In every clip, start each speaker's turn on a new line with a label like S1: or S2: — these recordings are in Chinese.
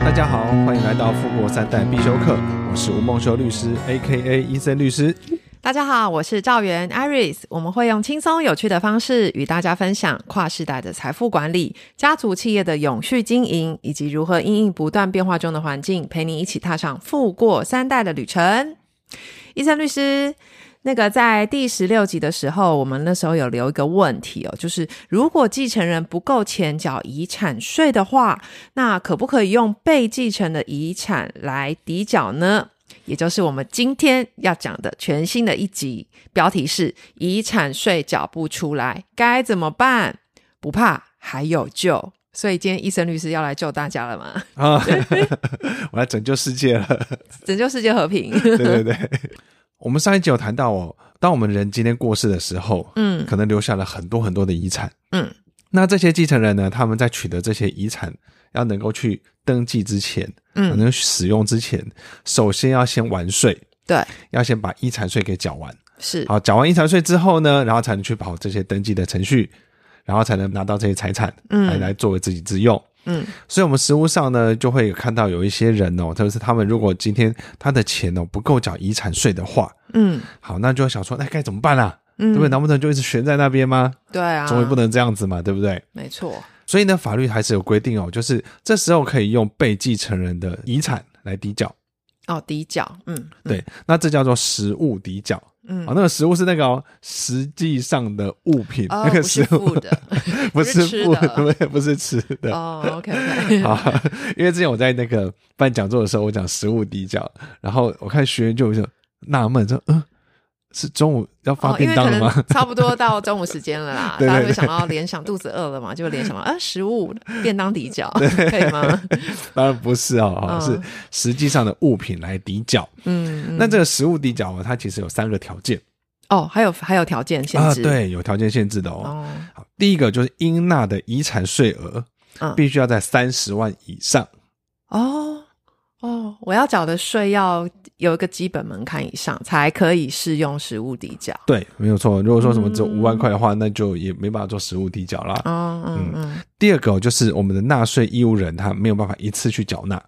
S1: 大家好，欢迎来到富国三代必修课，我是吴梦修律师 （A.K.A. 医生律师
S2: 大家好，我是赵源 Iris，我们会用轻松有趣的方式与大家分享跨世代的财富管理、家族企业的永续经营，以及如何因应不断变化中的环境，陪你一起踏上富过三代的旅程。医生律师，那个在第十六集的时候，我们那时候有留一个问题哦，就是如果继承人不够钱缴遗产税的话，那可不可以用被继承的遗产来抵缴呢？也就是我们今天要讲的全新的一集，标题是“遗产税缴不出来该怎么办？不怕，还有救。”所以今天医生律师要来救大家了嘛，”
S1: 啊， 我来拯救世界了。
S2: 拯救世界和 平。
S1: 对对对，我们上一集有谈到哦，当我们人今天过世的时候，
S2: 嗯
S1: 可能留下了很多很多的遗产。
S2: 嗯，
S1: 那这些继承人呢，他们在取得这些遗产，要能够去登记之前，
S2: 嗯，
S1: 能使用之前，首先要先完税，
S2: 对，
S1: 要先把遗产税给缴完。
S2: 是，
S1: 好，缴完遗产税之后呢，然后才能去跑这些登记的程序，然后才能拿到这些财产，
S2: 嗯
S1: 来来作为自己之用。
S2: 嗯
S1: 所以，我们实务上呢，就会有看到有一些人哦，特别是他们如果今天他的钱哦不够缴遗产税的话，
S2: 嗯
S1: 好，那就要想说，那该怎么办啦、
S2: 嗯，
S1: 对不对？难不成就一直悬在那边吗？
S2: 对啊，
S1: 总也不能这样子嘛，对不对？
S2: 没错，
S1: 所以呢，法律还是有规定哦，就是这时候可以用被继承人的遗产来抵缴。
S2: 哦，抵缴，嗯，嗯，
S1: 对，那这叫做实物抵缴。
S2: 嗯
S1: 啊，那个食物是那个、哦、实际上的物品，
S2: 哦
S1: 那个
S2: 不是
S1: 食物
S2: 负的，
S1: 不是
S2: 吃
S1: 物
S2: 的
S1: 不是不是吃的。
S2: 哦，OK OK，
S1: 好，因为之前我在那个办讲座的时候，我讲食物抵缴，然后我看学员就有一种纳闷说：“嗯，是中午要发
S2: 哦，因
S1: 便
S2: 为
S1: 当
S2: 可
S1: 了
S2: 能
S1: 吗？”
S2: 差不多到中午时间了啦，
S1: 对对
S2: 大家会
S1: 对
S2: 想到联想肚子饿了嘛，就联想到啊食物便当抵缴， 可以吗？
S1: 当然不是哦，哦
S2: 嗯
S1: 是实际上的物品来抵缴。
S2: 嗯，
S1: 那
S2: 嗯
S1: 这个食物抵缴啊，它其实有三个条件
S2: 哦还有还有条件限
S1: 啊，
S2: 制，
S1: 对，有条件限制的哦。
S2: 哦，
S1: 好，第一个就是应纳的遗产税额
S2: 嗯
S1: 必须要在三十万以上。
S2: 哦哦，我要缴的税要有一个基本门槛以上才可以适用实物抵缴。
S1: 对，没有错。如果说什么只有
S2: 嗯
S1: 五万块的话，那就也没办法做实物抵缴啦。
S2: 哦嗯嗯，
S1: 第二个哦就是我们的纳税义务人他没有办法一次去缴纳，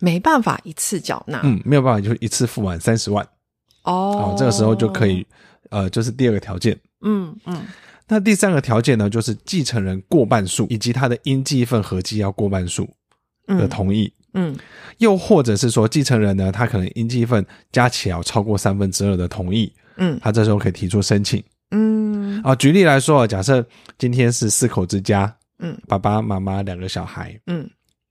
S2: 没办法一次缴纳。
S1: 嗯，没有办法就一次付完三十万，
S2: 哦
S1: 哦，，这个时候就可以，呃，就是第二个条件。
S2: 嗯嗯
S1: 那第三个条件呢，就是继承人过半数以及他的应继份合计要过半数的
S2: 嗯
S1: 同意，
S2: 嗯
S1: 又或者是说继承人呢，他可能应继份加起来要超过三分之二的同意，
S2: 嗯
S1: 他这时候可以提出申请。
S2: 嗯
S1: 啊，举例来说，假设今天是四口之家，
S2: 嗯，
S1: 爸爸妈妈两个小孩，
S2: 嗯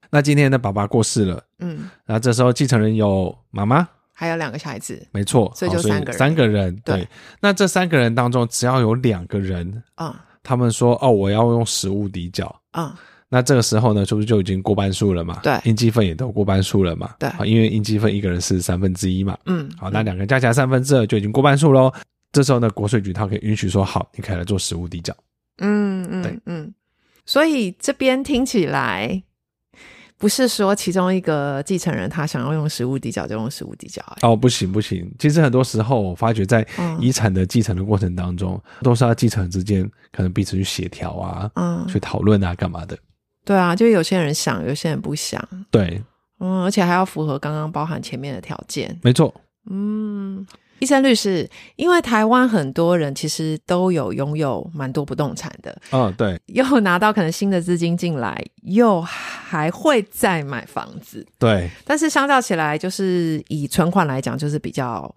S1: 那今天的爸爸过世了，
S2: 嗯，
S1: 然后这时候继承人有妈妈，
S2: 还有两个小孩子
S1: 没错，
S2: 所以
S1: 好
S2: 就三个人
S1: 三个人，对。
S2: 对
S1: 那这三个人当中，只要有两个人，
S2: 啊
S1: 他们说哦，我要用实物抵缴。
S2: 啊
S1: 那这个时候呢，是不是就已经过半数了嘛？
S2: 对
S1: 应积分也都过半数了嘛？
S2: 对
S1: 好因为应积分一个人是三分之一嘛。
S2: 嗯，
S1: 好，那两个人加起来三分之二就已经过半数喽。这时候呢，国税局他可以允许说，好，你可以来做实物抵缴。
S2: 嗯
S1: 对
S2: 嗯嗯，所以这边听起来。不是说其中一个继承人他想要用实物抵缴就用实物抵缴、欸，
S1: 哦，不行不行，其实很多时候我发觉在
S2: 嗯
S1: 遗产的继承的过程当中，都是要继承人之间可能彼此去协调啊、
S2: 嗯，
S1: 去讨论啊、干嘛的。
S2: 对啊，就有些人想，有些人不想，
S1: 对，
S2: 嗯，而且还要符合刚刚包含前面的条件。
S1: 没错，
S2: 嗯，医生律师，因为台湾很多人其实都有拥有蛮多不动产的，
S1: 嗯，对
S2: 又拿到可能新的资金进来，又还会再买房子，
S1: 对，
S2: 但是相较起来，就是以存款来讲，就是比较。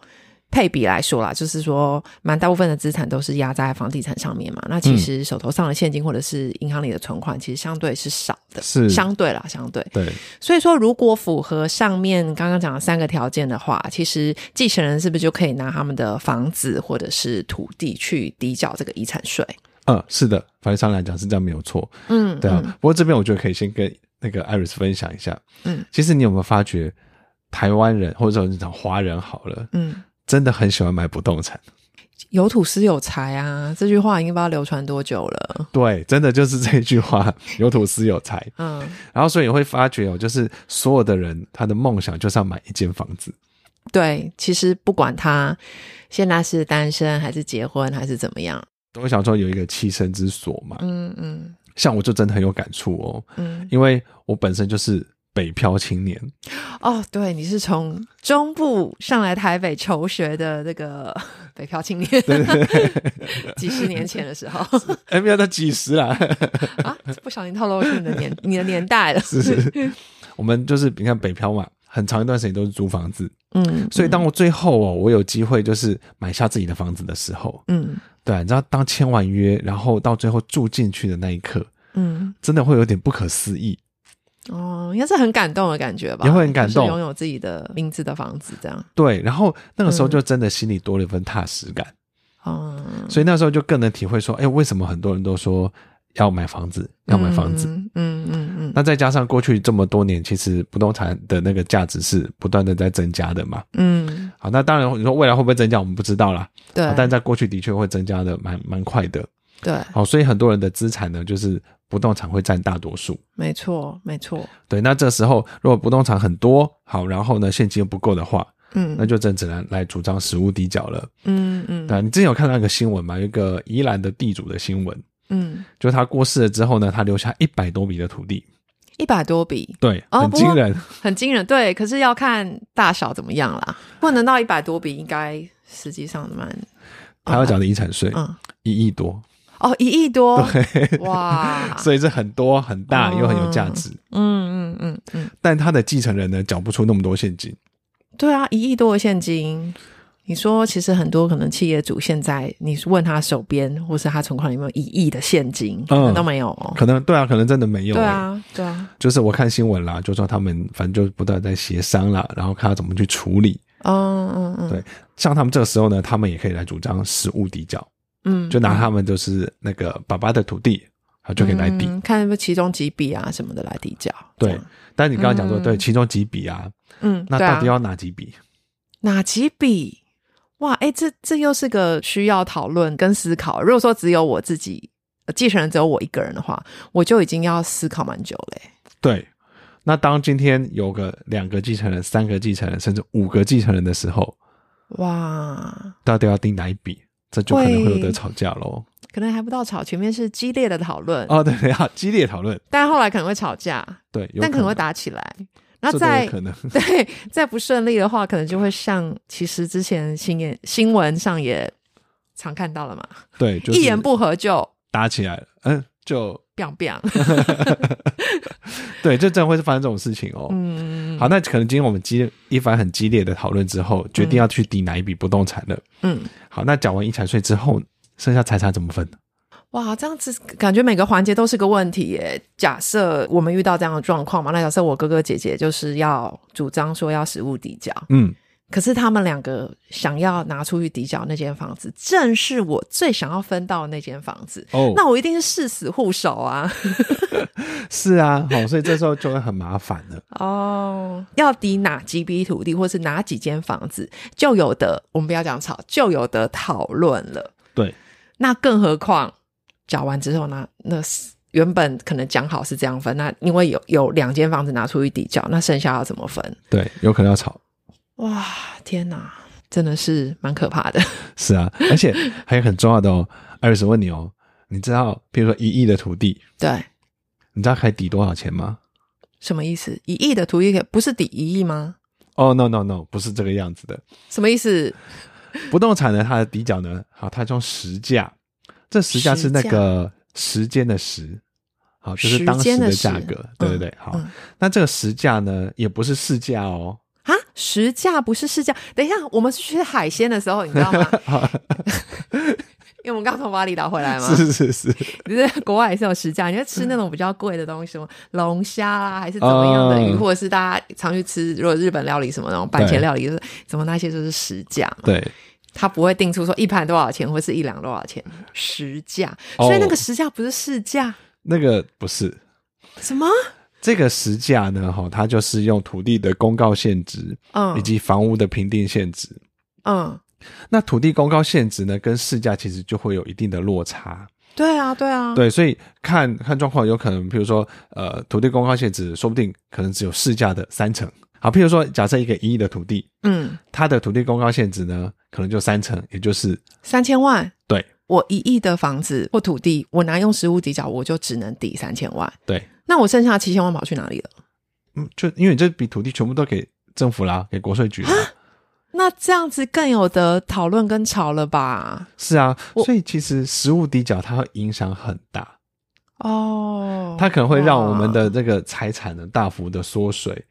S2: 配比来说啦，就是说，蛮大部分的资产都是压在房地产上面嘛。那其
S1: 嗯
S2: 实手头上的现金或者是银行里的存款，其实相对是少的，
S1: 是
S2: 相对啦，相对。
S1: 对，
S2: 所以说，如果符合上面刚刚讲的三个条件的话，其实继承人是不是就可以拿他们的房子或者是土地去抵缴这个遗产税？
S1: 嗯，是的，法律上来讲是这样没有错，
S2: 嗯，
S1: 对啊。
S2: 嗯
S1: 不过这边我觉得可以先跟那个艾瑞斯分享一下，
S2: 嗯，
S1: 其实你有没有发觉，台湾人或者说你讲华人好了，
S2: 嗯，
S1: 真的很喜欢买不动产，
S2: 有土司有财啊，这句话已经不知道流传多久了。
S1: 对，真的就是这句话，有土司有财。
S2: 嗯，
S1: 然后所以你会发觉哦，就是所有的人他的梦想就是要买一间房子，
S2: 对，其实不管他现在是单身还是结婚还是怎么样，
S1: 我想说有一个栖身之所嘛。
S2: 嗯嗯
S1: 像我就真的很有感触哦，
S2: 嗯，
S1: 因为我本身就是北漂青年，
S2: 哦，对，你是从中部上来台北求学的那个北漂青年， 几十年前的时候
S1: 哎，没有到几十啦，
S2: 啊，不小心透露出你的年你的年代了，
S1: 是是，我们就是你看北漂嘛，很长一段时间都是租房子，
S2: 嗯
S1: 所以当我最后哦，我有机会就是买下自己的房子的时候，
S2: 嗯
S1: 对啊，你知道当签完约，然后到最后住进去的那一刻，
S2: 嗯，
S1: 真的会有点不可思议，
S2: 哦，应该是很感动的感觉吧，
S1: 也会很感动
S2: 就是拥有自己的名字的房子这样，
S1: 对，然后那个时候就真的心里多了一份踏实感，
S2: 哦、
S1: 所以那时候就更能体会说，哎，为什么很多人都说要买房子，要买房子，
S2: 嗯嗯嗯嗯
S1: 那再加上过去这么多年，其实不动产的那个价值是不断的在增加的嘛。
S2: 嗯，
S1: 好，那当然你说未来会不会增加，我们不知道啦。
S2: 对
S1: 啊，但在过去的确会增加的蛮蛮快的。
S2: 对，
S1: 好，哦所以很多人的资产呢，就是不动产会占大多数。
S2: 没错没错，
S1: 对，那这时候如果不动产很多，好，然后呢现金又不够的话，
S2: 嗯，
S1: 那就真只能来主张实物抵缴了。
S2: 嗯嗯
S1: 对啊，你之前有看到一个新闻嘛？有一个宜兰的地主的新闻，
S2: 嗯，
S1: 就是他过世了之后呢，他留下一百多米的土地，
S2: 一百多笔
S1: 对，
S2: 哦
S1: 很
S2: 不过
S1: 惊人。
S2: 很惊人，对，可是要看大小怎么样啦，不能到一百多笔，应该实际上蛮，
S1: 他要缴的遗产税
S2: 嗯，
S1: 一亿多，
S2: 哦，一亿多，哇，
S1: 所以这很多很大
S2: 啊哦
S1: 又很有价值，
S2: 嗯嗯嗯嗯，
S1: 但他的继承人呢缴不出那么多现金，
S2: 对啊，一亿多的现金。你说，其实很多可能企业主现在，你问他手边或是他存款有没有一亿的现金，可能都没有哦。
S1: 嗯可能对啊，可能真的没有、
S2: 对
S1: 欸，
S2: 啊，对啊，
S1: 就是我看新闻啦，就说他们反正就不断在协商啦，然后看他怎么去处理。
S2: 嗯嗯嗯，
S1: 对像他们这个时候呢，他们也可以来主张实物抵缴，
S2: 嗯，
S1: 就拿他们就是那个爸爸的土地，他就可以来抵。
S2: 嗯看有没有其中几笔啊什么的来抵缴。这
S1: 对
S2: 样，
S1: 但你刚刚讲说，
S2: 嗯
S1: 对，其中几笔啊，
S2: 嗯，
S1: 那
S2: 对啊
S1: 到底要哪几笔？
S2: 哪几笔？哇，哎、这这又是个需要讨论跟思考。如果说只有我自己呃继承人只有我一个人的话，我就已经要思考蛮久嘞、
S1: 对，啊那当今天有个两个继承人、三个继承人，甚至五个继承人的时候，
S2: 哇，
S1: 到底要定哪一笔？这就可能会有
S2: 会
S1: 的吵架喽。
S2: 可能还不到吵，前面是激烈的讨论，
S1: 哦，对，要激烈讨论，
S2: 但后来可能会吵架，
S1: 对，有
S2: 但可能会
S1: 打，
S2: 打起来。那
S1: 这都
S2: 再
S1: 有可能。
S2: 对再不顺利的话，可能就会像其实之前新闻新闻上也常看到了嘛，
S1: 对，就是
S2: 一言不合就
S1: 打起来了，嗯，就
S2: biang biang。
S1: 对，就真的会发生这种事情哦。
S2: 嗯
S1: 好，那可能今天我们激一番很激烈的讨论之后，决定要去抵哪一笔不动产了。
S2: 嗯，
S1: 好，那缴完遗产税之后，剩下财产怎么分？
S2: 哇，这样子感觉每个环节都是个问题耶。假设我们遇到这样的状况嘛，那假设我哥哥姐姐就是要主张说要实物抵缴，
S1: 嗯，
S2: 可是他们两个想要拿出去抵缴那间房子，正是我最想要分到的那间房子。
S1: 哦，
S2: 那我一定是誓死护守啊！
S1: 是啊，好，所以这时候就会很麻烦 了。
S2: 哦， 要抵哪几笔土地，或是哪几间房子，就有的我们不要讲吵，就有的讨论了。
S1: 对，
S2: 那更何况缴完之后呢？那是原本可能讲好是这样分，那因为有有两间房子拿出去抵缴，那剩下要怎么分？
S1: 对，有可能要吵。
S2: 哇，天哪，真的是蛮可怕的。
S1: 是啊，而且还有很重要的哦，艾瑞斯问你哦，你知道，比如说一亿的土地，
S2: 对，
S1: 你知道可以抵多少钱吗？
S2: 什么意思？一亿的土地不是抵一亿吗？
S1: 哦、n o no no，不是这个样子的。
S2: 什么意思？
S1: 不动产呢，它的底角呢，好，它用时价，这时价是那个时间的时，好，就是当时价
S2: 时间
S1: 格
S2: 的时，
S1: 对对对，好
S2: 嗯，
S1: 那这个时价呢，也不是市价哦，
S2: 啊，实价不是市价。等一下，我们去吃海鲜的时候，你知道 吗？因为我们刚从巴厘岛回来嘛，
S1: 是是是，
S2: 你在国外也是有实价，你会吃那种比较贵的东西，什么龙虾啦，还是怎么样的鱼，
S1: 嗯
S2: 或者是大家常去吃，如果日本料理什么那种板前料理，就是什么那些就是实价嘛，
S1: 对，
S2: 它不会定出说一盘多少钱或是一两多少钱，实价，
S1: 哦
S2: 所以那个实价不是市价，
S1: 那个不是。
S2: 什么？
S1: 这个实价呢，哈，它就是用土地的公告限值
S2: 嗯
S1: 以及房屋的评定限值。
S2: 嗯，
S1: 那土地公告限值呢，跟市价其实就会有一定的落差。
S2: 对啊，对啊，
S1: 对，所以看看状况，有可能，譬如说，呃，土地公告限值，说不定可能只有市价的三成。好，譬如说，假设一个一亿的土地，
S2: 嗯，
S1: 它的土地公告限值呢，可能就三成，也就是
S2: 三千万，
S1: 对
S2: 我一亿的房子或土地，我拿用实物抵缴，我就只能抵三千万。
S1: 对，
S2: 那我剩下七千万跑去哪里了？
S1: 嗯，就因为你这笔土地全部都给政府啦，给国税局啦。
S2: 那这样子更有得讨论跟吵了吧？
S1: 是啊，
S2: 我
S1: 所以其实实物抵缴它会影响很大，
S2: 哦，
S1: 它可能会让我们
S2: 哇
S1: 的这个财产呢大幅的缩水。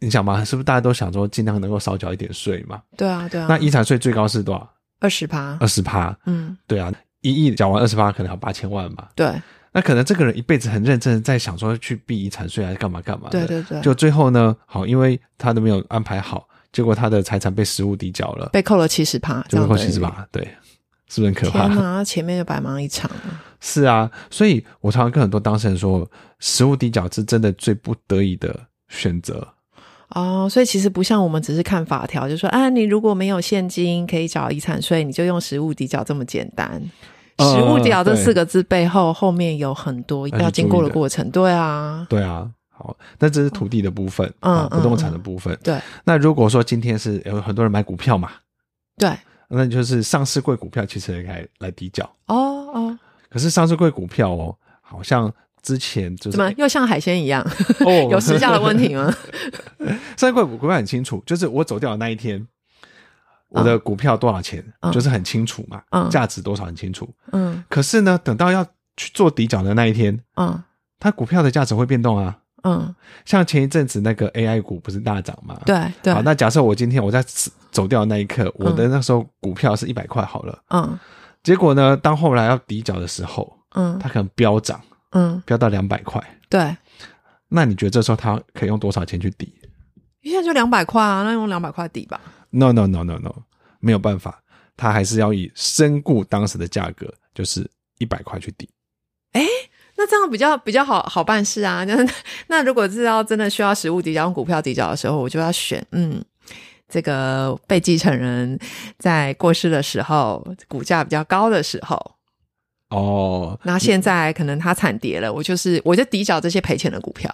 S1: 你想嘛，是不是大家都想说尽量能够少缴一点税嘛？
S2: 对啊对啊，
S1: 那遗产税最高是多少？
S2: 二十趴
S1: 二，十趴。
S2: 嗯，
S1: 对啊，一亿缴完二十趴，可能要八千万嘛。
S2: 对
S1: 那可能这个人一辈子很认真的在想说去避遗产税还是干嘛干嘛的。
S2: 对对对，
S1: 呃就最后呢，好，因为他都没有安排好，结果他的财产被实物抵缴了，
S2: 被扣了七十趴，
S1: 就
S2: 这
S1: 被
S2: 样
S1: 扣
S2: 等于
S1: 七十八，对，是不是很可
S2: 天
S1: 怕？
S2: 哪，前面就白忙一场了。
S1: 是啊，所以我常常跟很多当事人说，实物抵缴是真的最不得已的选择。
S2: 哦，所以其实不像我们只是看法条，就说啊，你如果没有现金可以缴遗产税，你就用实物抵缴这么简单。
S1: 呃
S2: 实物抵缴这
S1: 对
S2: 四个字背后，后面有很多
S1: 要去
S2: 要经过
S1: 注意
S2: 的
S1: 的
S2: 过程。对啊，
S1: 对啊，好，那这是土地的部分
S2: 嗯
S1: 啊，
S2: 嗯
S1: 不动产的部分。
S2: 对
S1: 那如果说今天是有很多人买股票嘛，
S2: 对，
S1: 那就是上市贵股票其实也来来抵缴，
S2: 哦哦，
S1: 可是上市贵股票哦，好像之前就是
S2: 怎么又像海鲜一样？
S1: 哦
S2: 有时效 的问题吗？
S1: 三块股股票很清楚，就是我走掉的那一天，我的股票多少钱，
S2: 嗯
S1: 就是很清楚嘛，
S2: 嗯
S1: 价值多少很清楚。
S2: 嗯
S1: 可是呢，等到要去做底角的那一天，
S2: 嗯
S1: 它股票的价值会变动啊。
S2: 嗯，
S1: 像前一阵子那个 AI 股不是大涨嘛？。
S2: 对对
S1: 好，，那假设我今天我在死走掉的那一刻，我的
S2: 嗯
S1: 那时候股票是一百块好了，
S2: 嗯
S1: 结果呢，当后来要底角的时候，
S2: 嗯
S1: 它可能飙涨，
S2: 嗯，
S1: 飙到两百块。
S2: 对，
S1: 那你觉得这时候它可以用多少钱去抵
S2: 现在就两百块啊，那用两百块抵吧。
S1: No no no no no，没有办法，他还是要以身故当时的价格，就是一百块去抵。
S2: 那这样比较比较好好办事啊。 就是那如果是要真的需要实物抵缴、用股票抵缴的时候，我就要选嗯，这个被继承人在过世的时候，股价比较高的时候。
S1: 哦，
S2: 那现在可能它惨跌了，我就是我就抵缴这些赔钱的股票。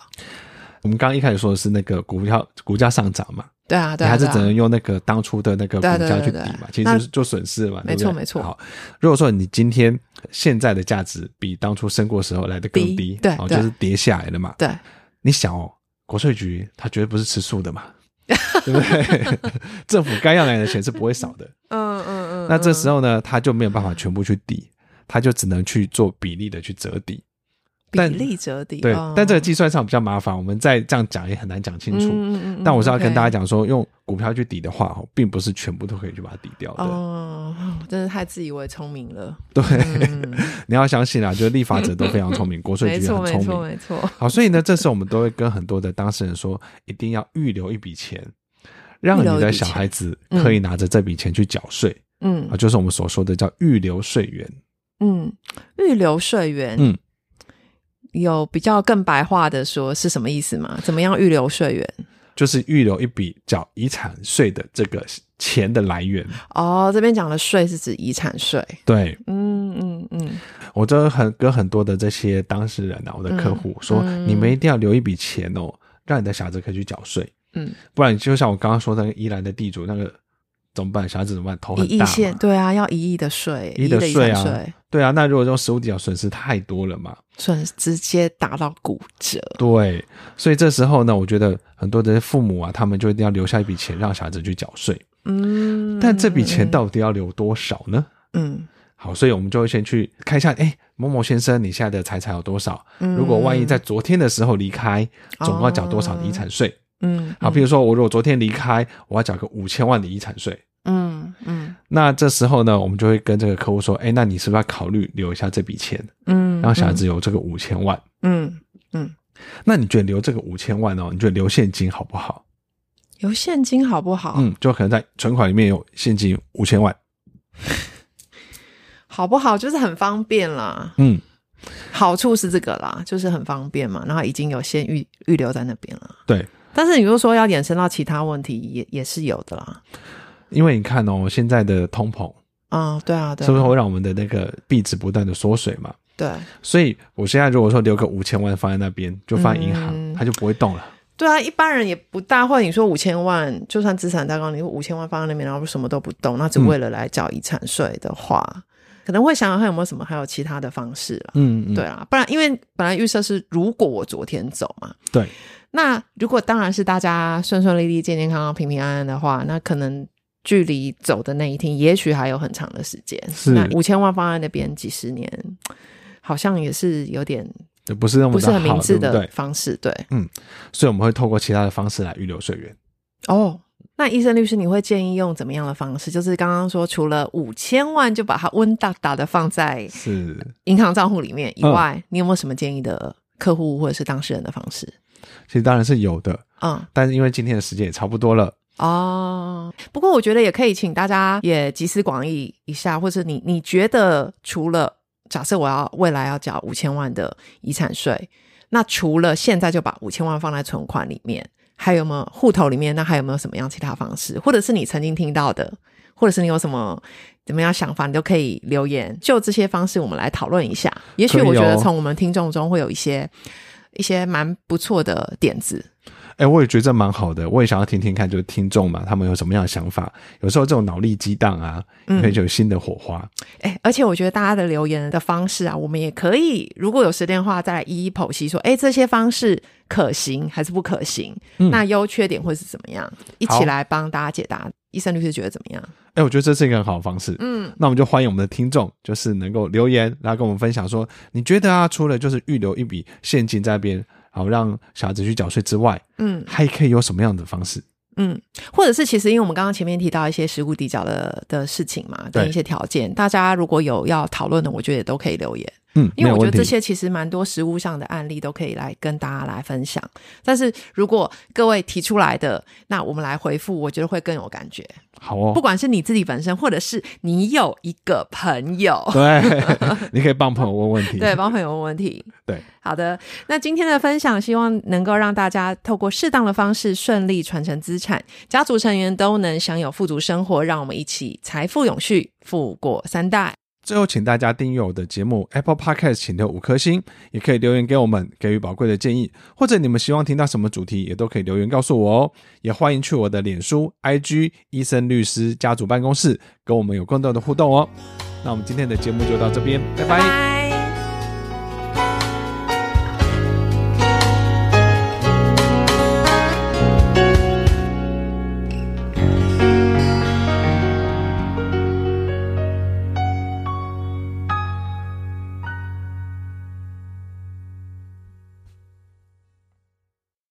S1: 我们刚刚一开始说的是那个股票股价上涨嘛，
S2: 对啊，
S1: 你
S2: 对啊，
S1: 还是
S2: 对啊
S1: 只能用那个当初的那个股
S2: 对啊对
S1: 价
S2: 对
S1: 去抵
S2: 对
S1: 嘛
S2: 对，
S1: 其实
S2: 那
S1: 就是就损失了嘛，对
S2: 没
S1: 不
S2: 错
S1: 对
S2: 没错
S1: 好，如果说你今天现在的价值比当初申过时候来的更
S2: 低
S1: 低，
S2: 对
S1: 哦，
S2: 对
S1: 就是跌下来了嘛。
S2: 对
S1: 你想哦，国税局他绝对不是吃素的嘛，对不对？ 政府该要来的钱是不会少的。
S2: 嗯嗯嗯
S1: 那这时
S2: 候
S1: 候呢，他就没有办法全部去抵，他就只能去做比例的去折抵。
S2: 比
S1: 但
S2: 例折抵，
S1: 对，
S2: 嗯
S1: 但这个计算上比较麻烦，我们再这样讲也很难讲清楚。
S2: 嗯嗯嗯嗯
S1: 但我是要跟
S2: OK
S1: 大家讲说，用股票去抵的话，哦并不是全部都可以去把它抵掉的。
S2: 哦，我真的太自以为聪明了。
S1: 对，
S2: 嗯，
S1: 你要相信啊，就是立法者都非常聪 明，国税
S2: 没
S1: 局也
S2: 错
S1: 很
S2: 没
S1: 聪
S2: 错
S1: 明。
S2: 没错。
S1: 好，所以呢，这时候我们都会跟很多的当事人说，一定要预留一笔钱，让
S2: 预
S1: 你
S2: 留一
S1: 的
S2: 笔
S1: 小
S2: 钱
S1: 孩子
S2: 嗯
S1: 可以拿着这笔钱去缴税
S2: 嗯
S1: 啊，就是我们所说的叫预留税源。
S2: 嗯，预留税源，
S1: 嗯，
S2: 有比较更白话的说是什么意思吗？怎么样预留税源？
S1: 就是预留一笔缴遗产税的这个钱的来源。
S2: 哦，这边讲的税是指遗产税。
S1: 对
S2: 嗯嗯嗯，
S1: 我这很跟很多的这些当事人啊，我的客户说，
S2: 嗯
S1: 你们一定要留一笔钱哦，让你的小孩子可以去缴税，
S2: 嗯，
S1: 不然就像我刚刚说那个宜兰的地主那个怎么办？小孩子怎么办？头
S2: 一
S1: 哦很
S2: 亿
S1: 大
S2: 现
S1: 嘛。
S2: 对啊，要一亿的税，
S1: 一亿
S2: 一亿
S1: 的
S2: 的遗
S1: 税
S2: 产
S1: 啊
S2: 税，
S1: 对啊，那如果用实物抵缴，损失太多了嘛。
S2: 算直接打到骨折。
S1: 对，所以这时候呢，我觉得很多的父母啊，他们就一定要留下一笔钱让小孩子去缴税，
S2: 嗯，
S1: 但这笔钱到底要留多少呢？
S2: 嗯，
S1: 好，所以我们就会先去看一下，哎，某某先生，你现在的财产有多少？
S2: 嗯
S1: 如果万一在昨天的时候离开，总共要缴多少的遗产税？
S2: 嗯
S1: 好，比如说我如果昨天离开，我要缴个五千万的遗产税。
S2: 嗯嗯
S1: 那这时候呢，我们就会跟这个客户说，哎，那你是不是要考虑留一下这笔钱，
S2: 嗯，
S1: 让小孩子有这个五千万？
S2: 嗯
S1: 那你觉得留这个五千万哦，你觉得留现金好不好？
S2: 有现金好不好？
S1: 嗯，就可能在存款里面有现金五千万。
S2: 好不好就是很方便啦。
S1: 嗯，
S2: 好处是这个啦，就是很方便嘛，然后已经有先预预留在那边了。
S1: 对，
S2: 但是你如果说要衍生到其他问题，也也是有的啦。
S1: 因为你看哦，现在的通膨
S2: 嗯，对啊，对啊，
S1: 是不是会让我们的那个币值不断的缩水嘛？
S2: 对
S1: 所以我现在如果说留个五千万放在那边，就放在银行，
S2: 嗯
S1: 它就不会动了。
S2: 对啊，一般人也不大会。你说五千万，就算资产大纲，你说五千万放在那边，然后什么都不动，那只为了来缴遗产税的话，可能会想想看有没有什么还有其他的方式啦。
S1: 嗯嗯，
S2: 对啊，不然因为本来预设是如果我昨天走嘛，
S1: 对，
S2: 那如果当然是大家顺顺利利、健健康康、平平安安的话，那可能距离走的那一天，也许还有很长的时间。
S1: 是
S2: 那五千万放在那边几十年，好像也是有点
S1: 就不是那么
S2: 不
S1: 的
S2: 是很明
S1: 好
S2: 智
S1: 对不
S2: 的
S1: 对，
S2: 方式。对，
S1: 所以我们会透过其他的方式来预留税源。
S2: 哦。那医生律师，你会建议用怎么样的方式？就是刚刚说，除了五千万就把它温大大的放在
S1: 是，
S2: 银行账户里面以外，
S1: 嗯
S2: 你有没有什么建议的客户或者是当事人的方式？
S1: 其实当然是有的，
S2: 嗯，
S1: 但是因为今天的时间也差不多了，
S2: 哦，不过我觉得也可以请大家也集思广益一下，或者你你觉得除了假设我要未来要缴五千万的遗产税，那除了现在就把五千万放在存款里面，还有没有户头里面？那还有没有什么样其他方式，或者是你曾经听到的，或者是你有什么怎么样想法，你都可以留言。就这些方式，我们来讨论一下。也许
S1: 可以
S2: 我觉得
S1: 哦
S2: 从我们听众中会有一些一些蛮不错的点子。
S1: 哎，我也觉得这蛮好的，我也想要听听看，就是听众嘛，他们有什么样的想法？有时候这种脑力激荡啊，
S2: 嗯
S1: 也可以就有新的火花。
S2: 哎、而且我觉得大家的留言的方式啊，我们也可以，如果有时间的话，再来一一剖析说，哎、这些方式可行还是不可行？那优缺点会是怎么样？一
S1: 嗯好
S2: 起来帮大家解答。医生律师觉得怎么样？
S1: 哎，我觉得这是一个很好的方式。
S2: 嗯，
S1: 那我们就欢迎我们的听众，就是能够留言，然后跟我们分享说，你觉得啊，除了就是预留一笔现金在那边，然后让小孩子去缴税之外，
S2: 嗯
S1: 还可以有什么样的方式？
S2: 嗯，或者是其实因为我们刚刚前面提到一些实物抵缴的的事情嘛，跟
S1: 对
S2: 一些条件，大家如果有要讨论的，我觉得也都可以留言。
S1: 嗯，
S2: 因为
S1: 没有
S2: 我
S1: 问
S2: 觉得
S1: 题
S2: 这些其实蛮多实物上的案例都可以来跟大家来分享。但是如果各位提出来的，那我们来回复，我觉得会更有感觉。
S1: 好哦。
S2: 不 管是你自己本身，或者是你有一个朋友，
S1: 对，你可以帮朋友问问题。
S2: 对，帮朋友问问题。
S1: 对，
S2: 好的，那今天的分享希望能够让大家透过适当的方式顺利传承资产，家族成员都能享有富足生活。让我们一起财富永续，富过三代。
S1: 最后，请大家订阅我的节目 Apple Podcast，请留五颗星，也可以留言给我们，给予宝贵的建议，或者你们希望听到什么主题，也都可以留言告诉我哦。也欢迎去我的脸书、IG 医生律师家族办公室，跟我们有更多的互动哦。那我们今天的节目就到这边，拜拜
S2: 拜